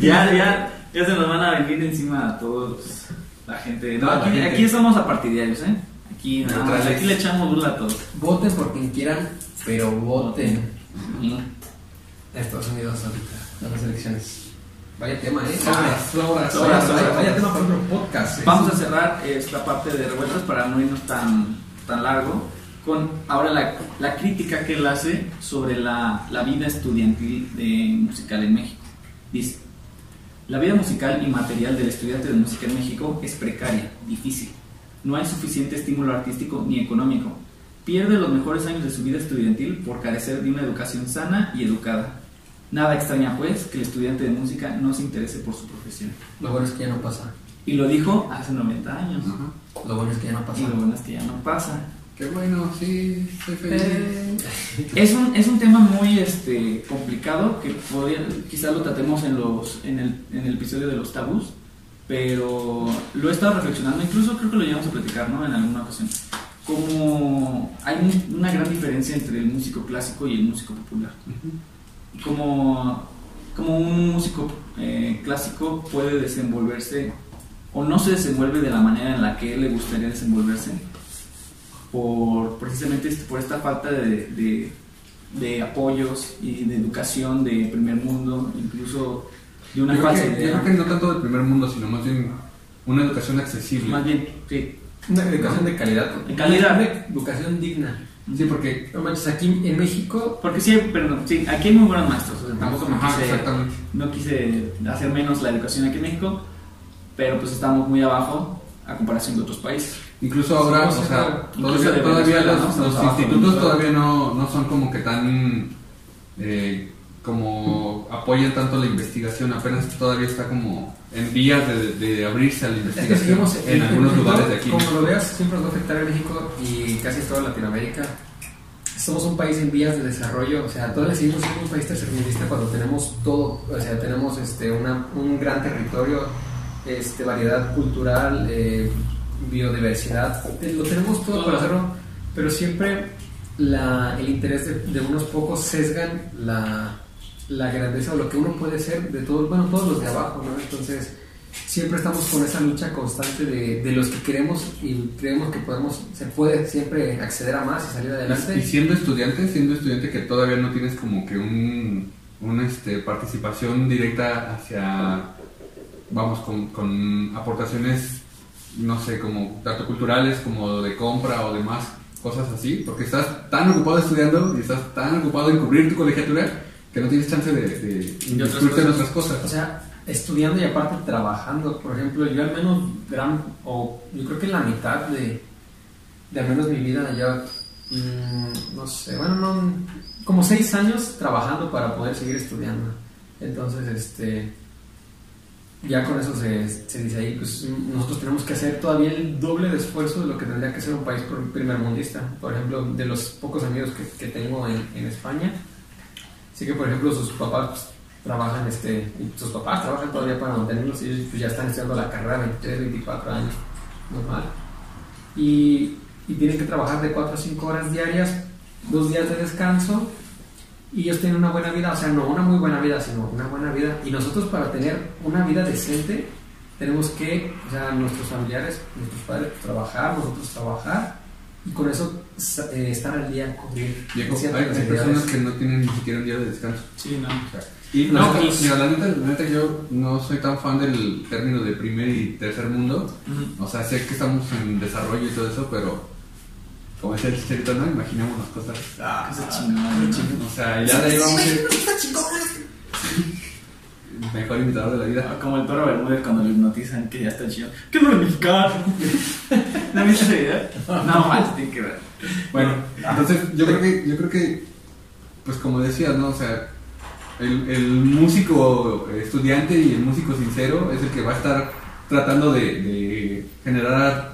Ya, ya, ya se nos van a venir encima a todos la gente. No,
Toda la
aquí,
gente.
aquí somos apartidarios, ¿eh? Aquí, nada más,
Neutrales.
aquí le echamos burla a todos.
Voten por quien quieran, pero voten.
Ujú.
A Estados Unidos ahorita, a las elecciones. Vaya tema, ¿eh?
Sobras, sobras,
sobras,
Vaya-
sobras.
Vaya tema para otro podcast. ¿eh?
Vamos a cerrar esta parte de revueltas para no irnos tan, tan largo con ahora la, la crítica que él hace sobre la, la vida estudiantil de- musical en México. Dice, la vida musical y material del estudiante de música en México es precaria, difícil. No hay suficiente estímulo artístico ni económico. Pierde los mejores años de su vida estudiantil por carecer de una educación sana y educada. Nada extraña pues que el estudiante de música no se interese por su profesión.
Lo bueno es que ya no pasa.
Y lo dijo hace 90 años.
Ajá.
Lo bueno es que ya no pasa.
Y lo bueno es que ya no pasa.
Qué bueno, sí, estoy feliz.
Eh,
Es un, es un tema muy este, complicado que podría- quizá lo tratemos en, los, en, el, en el episodio de los tabús, pero lo he estado reflexionando, incluso creo que lo llevamos a platicar ¿no? en alguna ocasión. Como hay un- una gran diferencia entre el músico clásico y el músico popular. como, como un músico eh, clásico puede desenvolverse o no se desenvuelve de la manera en la que le gustaría desenvolverse por precisamente este- por esta falta de, de- de apoyos y de educación de primer mundo incluso de una
yo,
falsa
creo que, yo
idea
creo que no tanto del primer mundo, sino más bien una educación accesible.
más bien sí
Una educación de calidad.
De calidad.
Una educación digna.
Sí, porque.
No manches, aquí en México.
porque sí hay- perdón sí aquí hay muy buenos maestros o sea, tampoco me
Ajá,
quise-
Exactamente.
no quise hacer menos la educación aquí en México pero pues estamos muy abajo a comparación de otros países
Incluso ahora,
Sí,
o
sí,
sea,
sí.
todavía,
Incluso
todavía
de Venezuela,
los,
¿no?
los
Estamos abajo de
institutos
Venezuela.
todavía no, no son como que tan. eh, como apoyan tanto la investigación, apenas todavía está como en vías de, de abrirse a la investigación
Seguimos
en algunos lugares de aquí.
Como lo veas, siempre nos va a afectar en México y casi toda Latinoamérica. Somos un país en vías de desarrollo, o sea, todavía seguimos siendo un país tercermundista cuando tenemos todo, o sea, tenemos este, una- un gran territorio, este, variedad cultural, eh, biodiversidad, te- lo tenemos todo para hacerlo, pero siempre la- el interés de, de unos pocos sesgan la, la grandeza o lo que uno puede ser de todos, bueno, todos los de abajo, ¿no? Entonces, siempre estamos con esa lucha constante de, de los que queremos y creemos que podemos, se puede siempre acceder a más y salir adelante.
Y siendo estudiante, siendo estudiante que todavía no tienes como que un, un, este, participación directa hacia, vamos, con, con aportaciones, no sé, como tanto culturales como de compra o demás, cosas así, porque estás tan ocupado estudiando y estás tan ocupado en cubrir tu colegiatura que no tienes chance de, de
Y otras
inmiscuirte en
cosas.
otras cosas.
O sea, estudiando y aparte trabajando. Por ejemplo, yo al menos gran, o yo creo que la mitad de, de al menos mi vida allá, mm, no sé, bueno, no, como seis años trabajando para poder seguir estudiando. Entonces, este, ya con eso se, se dice ahí, pues mm, nosotros tenemos que hacer todavía el doble de esfuerzo de lo que tendría que hacer un país pr- primermundista. Por ejemplo, de los pocos amigos que, que tengo en, en España, sí que por ejemplo sus papás pues, trabajan, este, y sus papás trabajan todavía para mantenerlos y ellos pues, ya están estudiando la carrera 23, 24 años, normal. Y, y tienen que trabajar de 4 a 5 horas diarias, dos días de descanso y ellos tienen una buena vida, o sea, no una muy buena vida, sino una buena vida. Y nosotros para tener una vida decente tenemos que, o sea, nuestros familiares, nuestros padres trabajar, nosotros trabajar y con eso sa- eh, estar al día, cubrir
Diego, hay,
ciertas
hay personas
necesidades.
que no tienen ni siquiera un día de descanso.
sí no
O sea, Y
No,
no,
pues-
mira, la neta, la neta, yo no soy tan fan del término de primer y tercer mundo. O sea, sé que estamos en desarrollo y todo eso, pero como decía el chicharito, no imaginemos las cosas.
Cosa chingona, ¿no?
O sea, ya de ahí vamos a ir. mejor imitador de la vida.
Como el perro Bermúdez cuando lo hipnotizan, que ya está chido. ¿Qué no es mexicano? ¿No viste ese video? No, más, tiene que ver.
Bueno,
Ah.
entonces yo creo que, yo creo que, pues como decías, ¿no? O sea, el, el músico estudiante y el músico sincero es el que va a estar tratando de, de generar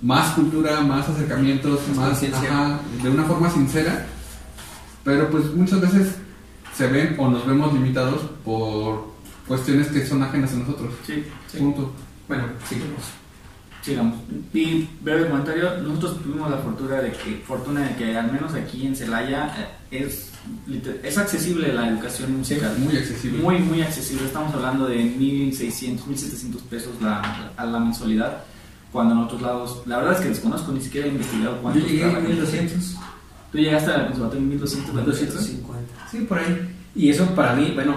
más cultura, más acercamientos,
Más
más,
conciencia.
ajá, de una forma sincera. Pero pues muchas veces se ven o nos vemos limitados por cuestiones que son ajenas a nosotros.
Sí,
Sí.
Punto.
Bueno, sigamos.
sigamos. Y breve comentario, nosotros tuvimos la fortuna de que, fortuna de que al menos aquí en Celaya eh, es, liter- es accesible la educación musical.
Muy accesible.
Muy, muy accesible. Estamos hablando de 1.600, 1.700 pesos la, a la mensualidad. Cuando en otros lados, la verdad es que desconozco, ni siquiera he investigado
Yo
cuánto.
llegué
está la
en
gente.
1200,
Tú llegaste al conservatorio en 1.200 pesos.
250. Sí, por ahí. Y eso para mí, bueno,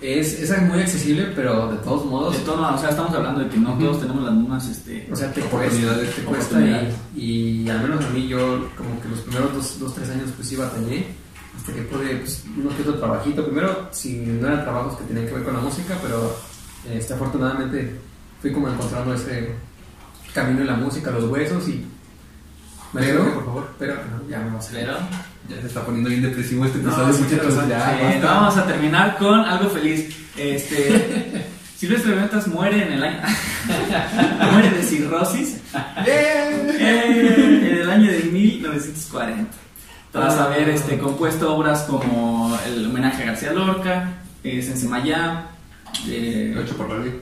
es, es muy accesible, pero de todos modos,
De todos lados, o sea, estamos hablando de que no
Ujú.
todos tenemos las mismas. Este,
o sea, te cuesta,
Oportunidades,
te cuesta
oportunidades.
y, y al menos a mí yo como que los primeros dos, dos tres años pues sí batallé hasta que pude pues, uno que otro trabajito. Primero, si no eran trabajos que tenían que ver con la música, pero eh, este, afortunadamente fui como encontrando ese camino en la música, los huesos y...
Pero-
por favor, pero no, ya me vas a
Pero
Ya se está poniendo bien depresivo este
No,
episodio,
sí,
muchachos.
pero, o sea,
Ya,
eh,
basta.
vamos a terminar con algo feliz. Este, Silvestre Ventas muere en el año. muere de cirrosis eh, en el año de 1940. Tras
Ah.
haber este, compuesto obras como el homenaje a García Lorca, eh, Sensemayá, eh,
Ocho por radio.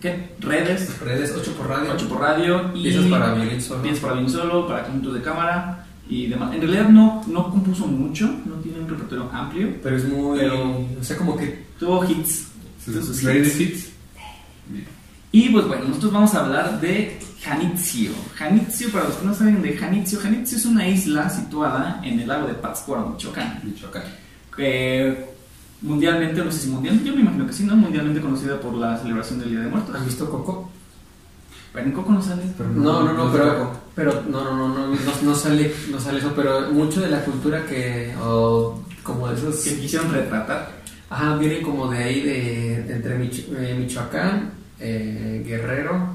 ¿qué? Redes.
Redes 8 por radio.
8 por radio y
Piezas para violín solo.
piezas para violín solo, para conjuntos de cámara y demás. En realidad no, no compuso mucho, no tiene un repertorio amplio.
Pero es muy.
Pero-
o sea, como que.
Tuvo hits. Sus
Sus
hits.
greatest hits. Bien.
Y pues bueno, nosotros vamos a hablar de Janitzio. Janitzio, para los que no saben de Janitzio, Janitzio es una isla situada en el lago de Pátzcuaro, Michoacán.
Michoacán.
Que mundialmente, no sé si mundialmente, yo me imagino que sí, ¿no? Mundialmente conocida por la celebración del Día de Muertos.
¿Han visto Coco?
Pero en Coco no sale.
Pero
Ah, No, no, no,
es
pero.
Coco.
Pero no, no, no, no, no, no sale, no sale eso, pero mucho de la cultura que. O como de esos.
Que quisieron retratar.
Ajá, viene como de ahí, de, de entre Mich- eh, Michoacán, eh, Guerrero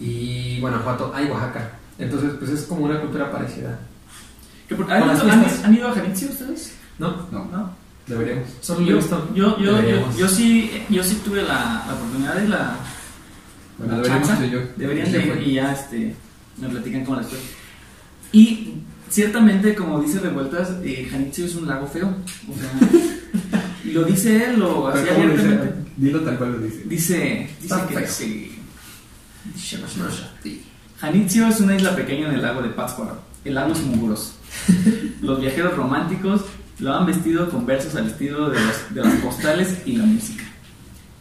y Guanajuato. Ay, Oaxaca. Entonces, pues es como una cultura parecida.
Que por-
Con las
¿Han,
fiestas.
han ido a Janitzio ustedes?
¿No?
No,
¿No?
deberíamos.
Solo lo he
Yo,
visto.
yo, yo, yo,
Deberíamos.
yo sí, yo sí tuve la, la oportunidad de la,
Bueno,
la
deberíamos
chanza.
tú y yo.
Deberían
Sí,
de
fue.
ir y ya este, me platican cómo les fue. Y ciertamente, como dice Revueltas, eh, Janitzio es un lago feo. O sea, y lo dice él o así
Pero ¿cómo lo dice?
abiertamente.
Dilo tal cual lo dice.
Dice, dice
Está
que este,
feo.
sí. Janitzio es una isla pequeña en el lago de Pátzcuaro, el lago sin muros. Los viajeros románticos lo han vestido con versos al estilo de, los- de las postales y la música.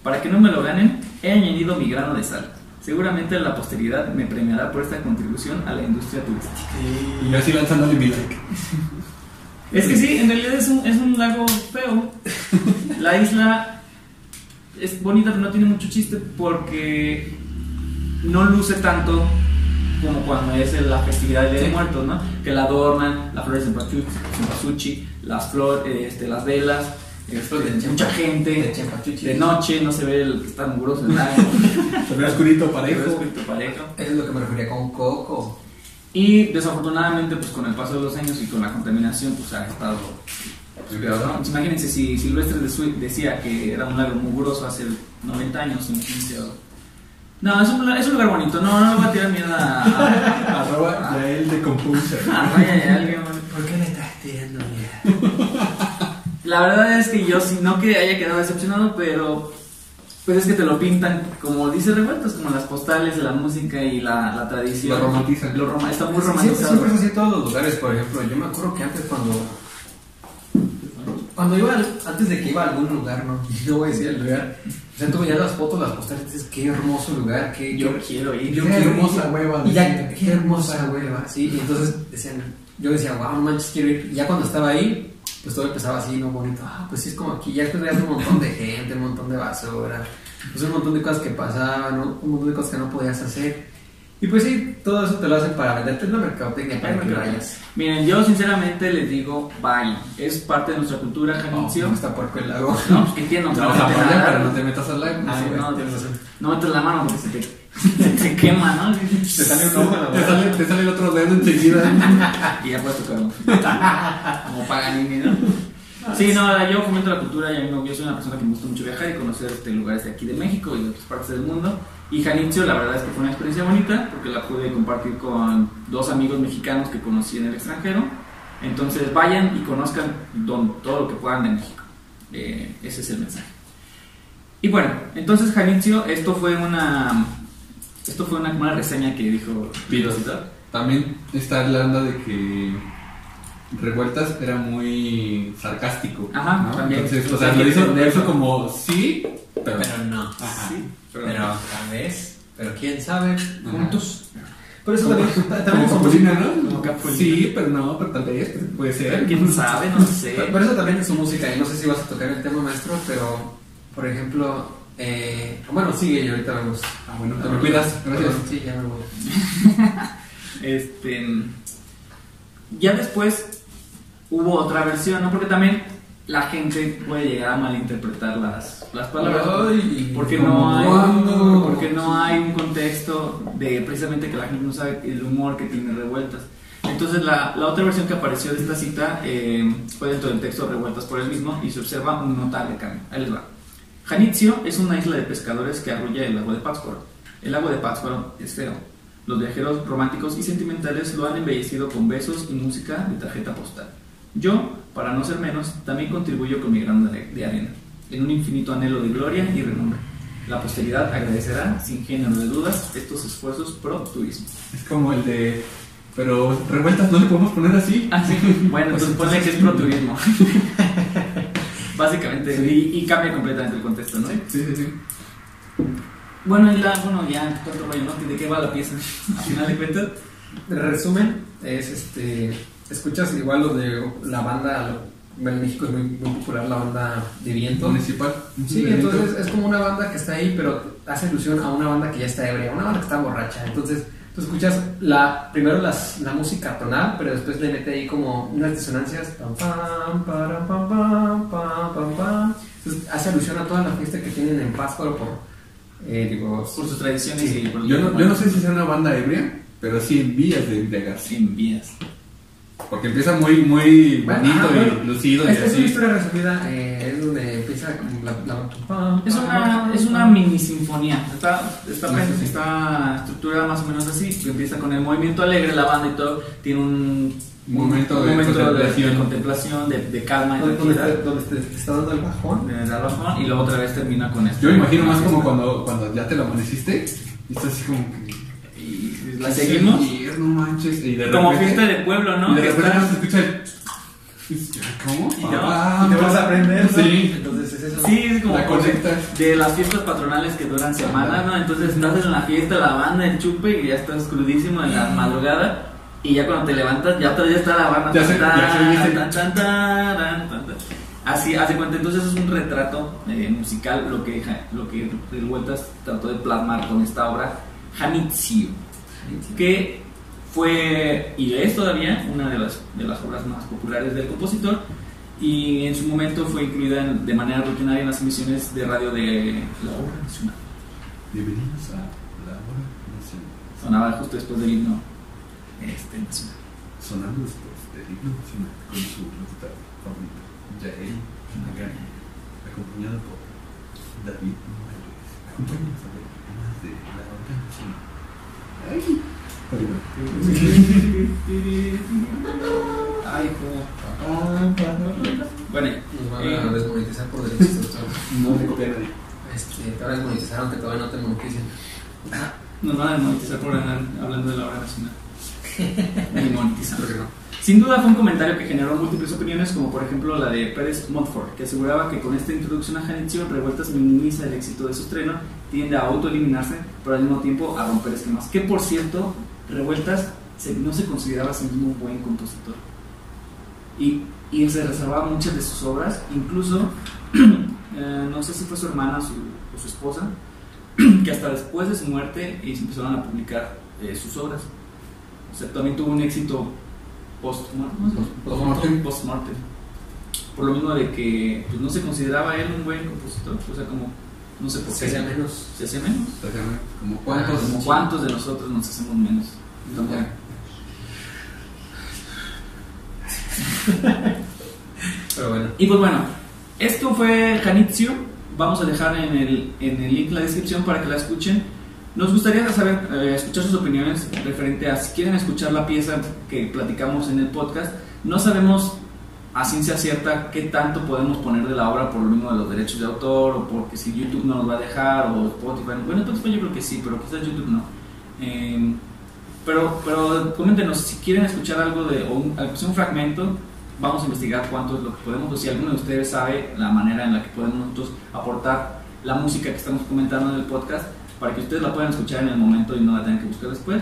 Para que no me lo ganen, he añadido mi grano de sal. Seguramente la posteridad me premiará por esta contribución a la industria turística.
Y yo así lanzándole mi like.
Es que sí, en realidad es un, es un lago feo. La isla es bonita, pero no tiene mucho chiste porque no luce tanto como cuando es en la festividad del Día de
Sí.
Muertos, ¿no? Que la adornan, las flores de cempasúchil, las flores, este, las velas, este,
Flores de
mucha
De
gente.
Champachuchi.
De noche no se ve el que está mugroso el lago,
Se ve
no
oscurito
se ve
parejo.
espíritu parejo.
Eso es lo que me refería con Coco.
Y desafortunadamente, pues con el paso de los años y con la contaminación, pues ha estado
Cuidado.
Pues Imagínense si Silvestre de Sweet decía que era un lago mugroso hace 90 años, imagínense. ahora. No, es un, lugar- es un lugar bonito, no, no le voy a tirar mierda a, a, a,
Arroba
a-
Yael de
a
Composer.
Raya y a alguien.
¿Por qué me estás tirando mierda?
La verdad es que yo, si no que haya quedado decepcionado, pero pues es que te lo pintan, como dice Revueltos, como las postales, la música y la, la tradición.
Lo romantizan.
Lo roma- está muy
Siempre,
romantizado.
siempre es así en todos los lugares, por ejemplo. Yo me acuerdo que antes cuando. Cuando iba, al- antes de que iba a algún lugar, no, no voy a decir el lugar. O sea, tú veías las fotos, las postales, dices, qué hermoso lugar, qué,
Yo quiero ir.
Yo
Qué
quiero
hermosa
ir.
hueva,
Y ya,
decía.
qué hermosa hueva, sí. Y entonces decían, yo decía, wow, no manches, quiero ir. Y ya cuando estaba ahí, pues todo empezaba así, no bonito. Ah, pues sí, es como aquí. Ya después veías un montón de gente, un montón de basura, pues un montón de cosas que pasaban, ¿no? un montón de cosas que no podías hacer. Y pues sí, todo eso te lo hacen para venderte en la mercadotecnia, para que vayas.
Miren, yo sinceramente les digo, vayan. Es parte de nuestra cultura, Janitzio.
No, Oh, está puerco el lago.
No, pues que entiendo.
Te
no,
vas a
te
poner
nada.
para no te metas al live.
Ay,
güey,
no, pues,
tienes razón.
No metas la mano porque se te, se te quema, ¿no?
Te sale un ojo en la
Te
boca.
sale, te sale el otro dedo enseguida.
Y ya puedes tocarlo. Como Paganini, ¿no? Sí, no, yo fomento la cultura. y a mí me- Yo soy una persona que me gusta mucho viajar y conocer este, lugares de aquí de México y de otras partes del mundo. Y Janitzio, la verdad es que fue una experiencia bonita porque la pude compartir con dos amigos mexicanos que conocí en el extranjero. Entonces vayan y conozcan don- todo lo que puedan de México. Eh, ese es el mensaje. Y bueno, entonces Janitzio, esto fue una esto fue una, una reseña que dijo
Pero también está la onda de que Revueltas era muy sarcástico.
Ajá,
¿no?
Ah, también.
Entonces, o sea, lo hizo, lo hizo como sí, pero.
Pero no.
Sí,
Pero tal vez. Pero quién sabe. Juntos. Pero eso
Como-
también,
Como
también somos-
Capulina, ¿no?
Como Capulina.
Sí, pero no, pero tal vez, pero puede ser. Ah,
quién sabe, no sé.
Pero eso también es su música, y no sé si vas a tocar el tema maestro, pero por ejemplo, eh, bueno, sigue y ahorita vemos.
Ah, bueno, te me cuidas, gracias.
Perdón, Sí, ya me voy.
Este, ya después hubo otra versión, ¿no? Porque también la gente puede llegar a malinterpretar las, las palabras.
Ay,
porque no
¿cómo
hay
cuándo?
porque no hay un contexto de precisamente que la gente no sabe el humor que tiene revueltas entonces la, la otra versión que apareció de esta cita eh, fue dentro del texto revueltas por el mismo y se observa un notable cambio ahí les va Janitzio es una isla de pescadores que arrulla el lago de Pátzcuaro el lago de Pátzcuaro es feo los viajeros románticos y sentimentales lo han embellecido con besos y música de tarjeta postal yo, para no ser menos, también contribuyo con mi grano de, de arena, en un infinito anhelo de gloria y renombre. La posteridad agradecerá, sin género de dudas, estos esfuerzos pro turismo.
Es como el de. Pero revueltas no le podemos poner así.
Ah, sí. Bueno,
Pues
entonces ponle que es pro turismo. Básicamente, y, y cambia completamente el contexto, ¿no?
Sí, sí, sí.
Bueno, y la, bueno, ya, tanto rollo, ¿no? ¿De qué va la pieza? Al final de cuentas,
El resumen es este escuchas igual lo de la banda lo- en México es muy, muy popular la banda de viento
Municipal.
sí entonces es como una banda que está ahí pero hace alusión a una banda que ya está ebria una banda que está borracha entonces tú escuchas la primero las, la música tonal pero después le mete ahí como unas disonancias pam, pam, para, pam, pam, pam, pam, pam. entonces hace alusión a toda la fiesta que tienen en Pátzcuaro por eh, digo
por sus tradiciones
Sí.
y por
Yo no, yo no sé si sea una banda ebria, pero sí en vías de embriagarse.
Sin vías.
Porque empieza muy, muy
Bueno,
bonito
ajá, bueno.
y lucido y
Esta es una
así.
historia resumida, eh, es donde empieza como la, la-
Es una, es una mini sinfonía. Está, está,
Sí, sí, sí.
está estructurada más o menos así. que Empieza con el movimiento alegre, la banda y todo. Tiene un
Momento
un
de
momento
contemplación.
de, contemplación, de- de calma y
Donde, donde
tranquilidad.
te, donde te- te está dando el bajón.
de dar bajón, Y luego otra vez termina con este esto.
Yo me imagino más como cuando, cuando ya te lo amaneciste y estás así como que.
Y la seguimos.
No manches. Y de
Como
repente-
fiesta de pueblo, ¿no?
Y de
Que
repente
está-
se escucha el. ¿Cómo?
Y te
Ah,
y te vas a aprender. ¿no?
Sí.
Entonces es eso.
Sí, es como
La conectas.
de las fiestas patronales que duran semanas, ¿no? Entonces estás en la fiesta, la banda, el chupe y ya estás crudísimo en
Mm.
la madrugada y ya cuando te levantas ya todavía está la banda.
Ya se-
Tan,
ya se dice.
tan, tan, tan, tan, tan. Así, hace cuenta, entonces es un retrato eh, musical lo que, ja- lo que Revueltas trató de plasmar con esta obra, Janitzio, que fue y es todavía una de las, de las obras más populares del compositor y en su momento fue incluida en- de manera rutinaria en las emisiones de radio de la obra nacional.
Bienvenidos a la hora nacional.
Sonaba justo después del himno este, nacional.
Sonando después del himno nacional con su locutor favorito, Yael Nagani, acompañado por David Morales. Acompáñanos a ver más de la hora nacional. ¡Ay! Perdón.
Ay, cómo.
Ah, perdón.
Bueno,
Nos van
eh,
a desmonetizar por derechos de autor.
No me copia nadie.
Este, te van a desmonetizar aunque todavía no te moneticen.
nos van a monetizar por andar hablando de la obra nacional. Ni monetizar.
Creo que no.
Sin duda fue un comentario que generó múltiples opiniones, como por ejemplo la de Pérez Montfort, que aseguraba que con esta introducción a Janitzio, Revueltas minimiza el éxito de su estreno, tiende a autoeliminarse, pero al mismo tiempo a romper esquemas. Que por cierto, Revueltas se- no se consideraba a sí mismo un buen compositor. Y, y él se reservaba muchas de sus obras, incluso, eh, no sé si fue su hermana o su, o su esposa, que hasta después de su muerte y se eh, empezaron a publicar eh, sus obras. O sea, también tuvo un éxito post-mortem. ¿no?
Post-mortem.
Post-mortem. Por lo mismo de que pues, no se consideraba él un buen compositor. O sea, como, no sé por
Se
qué.
hacía menos.
Se hacía menos.
O sea, como cuántos.
Como cuántos de nosotros nos hacemos menos.
Ya.
Pero bueno.
Y pues bueno, esto fue Janitzio. Vamos a dejar en el, en el link la descripción para que la escuchen. Nos gustaría saber, eh, escuchar sus opiniones referente a si quieren escuchar la pieza que platicamos en el podcast. No sabemos a ciencia cierta qué tanto podemos poner de la obra por lo mismo de los derechos de autor o porque si YouTube no nos va a dejar o Spotify. Bueno, Spotify yo creo que sí, pero quizás YouTube no. Eh, pero, pero coméntenos si quieren escuchar algo de o un, aunque sea un fragmento vamos a investigar cuánto es lo que podemos, si alguno de ustedes sabe la manera en la que podemos nosotros aportar la música que estamos comentando en el podcast para que ustedes la puedan escuchar en el momento y no la tengan que buscar después,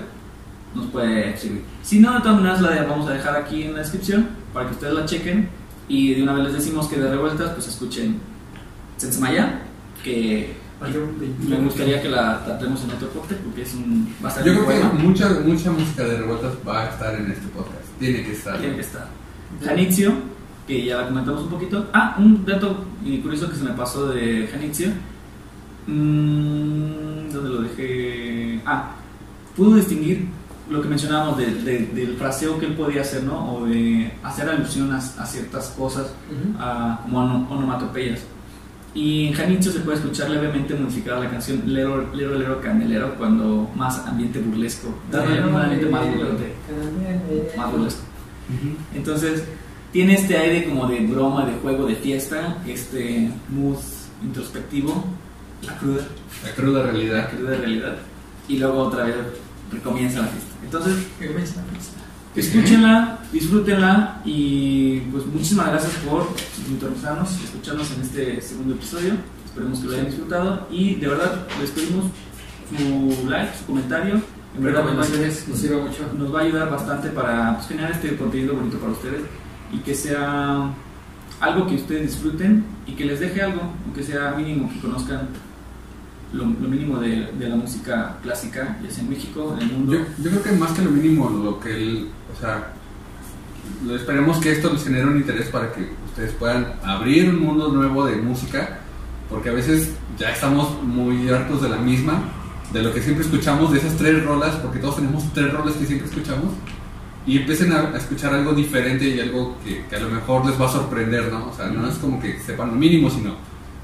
nos puede servir. Si no, de todas maneras la vamos a dejar aquí en la descripción para que ustedes la chequen y de una vez les decimos que de revueltas pues escuchen Sensemaya, que me gustaría que la tratemos en otro podcast porque es un... va a estar
Yo
muy
creo que
bueno.
mucha, mucha música de revueltas va a estar en este podcast. Tiene que estar.
Tiene que estar. Janitzio, que ya la comentamos un poquito. Ah, un dato eh, curioso que se me pasó de Janitzio. Mm, ¿Dónde lo dejé? Ah, pudo distinguir lo que mencionábamos de- de- del fraseo que él podía hacer, ¿no? O de hacer alusión a, a ciertas cosas, a, como ono- onomatopeyas. Y en Janitzio se puede escuchar levemente modificada la canción Lero, Lero, Lero, Candelero, cuando más ambiente burlesco. Dándole un ambiente
eh,
más burlesco. Más burlesco.
Ujú.
Entonces, tiene este aire como de broma, de juego, de fiesta, este mood introspectivo, la cruda,
La cruda
la
realidad.
cruda realidad, y luego otra vez recomienza la fiesta. Entonces,
¿Qué me está?
escúchenla, disfrútenla, y pues muchísimas gracias por sintonizarnos, escucharnos en este segundo episodio. Esperemos que lo hayan disfrutado, y de verdad les pedimos su like, su comentario. En verdad, nos va a ayudar-
Recomendaciones nos sirve mucho.
nos va a ayudar bastante para pues, generar este contenido bonito para ustedes y que sea algo que ustedes disfruten y que les deje algo, aunque sea mínimo, que conozcan lo, lo mínimo de, de la música clásica, ya sea en México, en el mundo.
Yo, yo creo que más que lo mínimo, lo que el, o sea, lo- esperemos que esto les genere un interés para que ustedes puedan abrir un mundo nuevo de música, porque a veces ya estamos muy hartos de la misma, de lo que siempre escuchamos, de esas tres rolas, porque todos tenemos tres rolas que siempre escuchamos, y empiecen a, a escuchar algo diferente y algo que, que a lo mejor les va a sorprender, ¿no? O sea, no es como que sepan lo mínimo, sino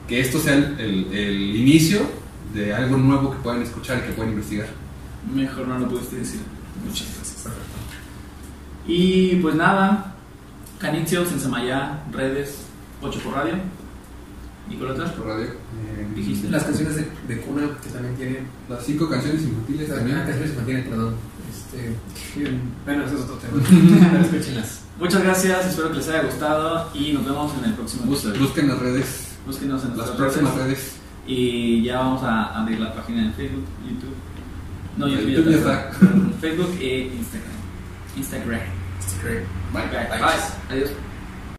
que esto sea el, el- el inicio de algo nuevo que puedan escuchar y que puedan investigar.
Mejor no lo pudiste decir. Muchas gracias. Y pues nada, Canicio, Sensemayá, Redes, 8 por Radio, Nicolás,
por radio. eh,
Dijiste.
Las canciones de, de cuna que también tienen.
Las cinco canciones infantiles
Las
también.
canciones se mantienen, perdón. Este, bueno, eso es otro tema. Pero escúchenlas.
Muchas gracias, espero que les haya gustado y nos vemos en el próximo
Bus-
episodio.
Busquen las redes,
Búsquenos en
las
nuestras
próximas
redes.
redes.
Y ya vamos a abrir la página de Facebook, YouTube. No,
El
YouTube,
YouTube
ya
ya
está.
está.
Facebook e Instagram. Instagram.
Este, creo.
Bye.
Bye.
Bye. Adiós.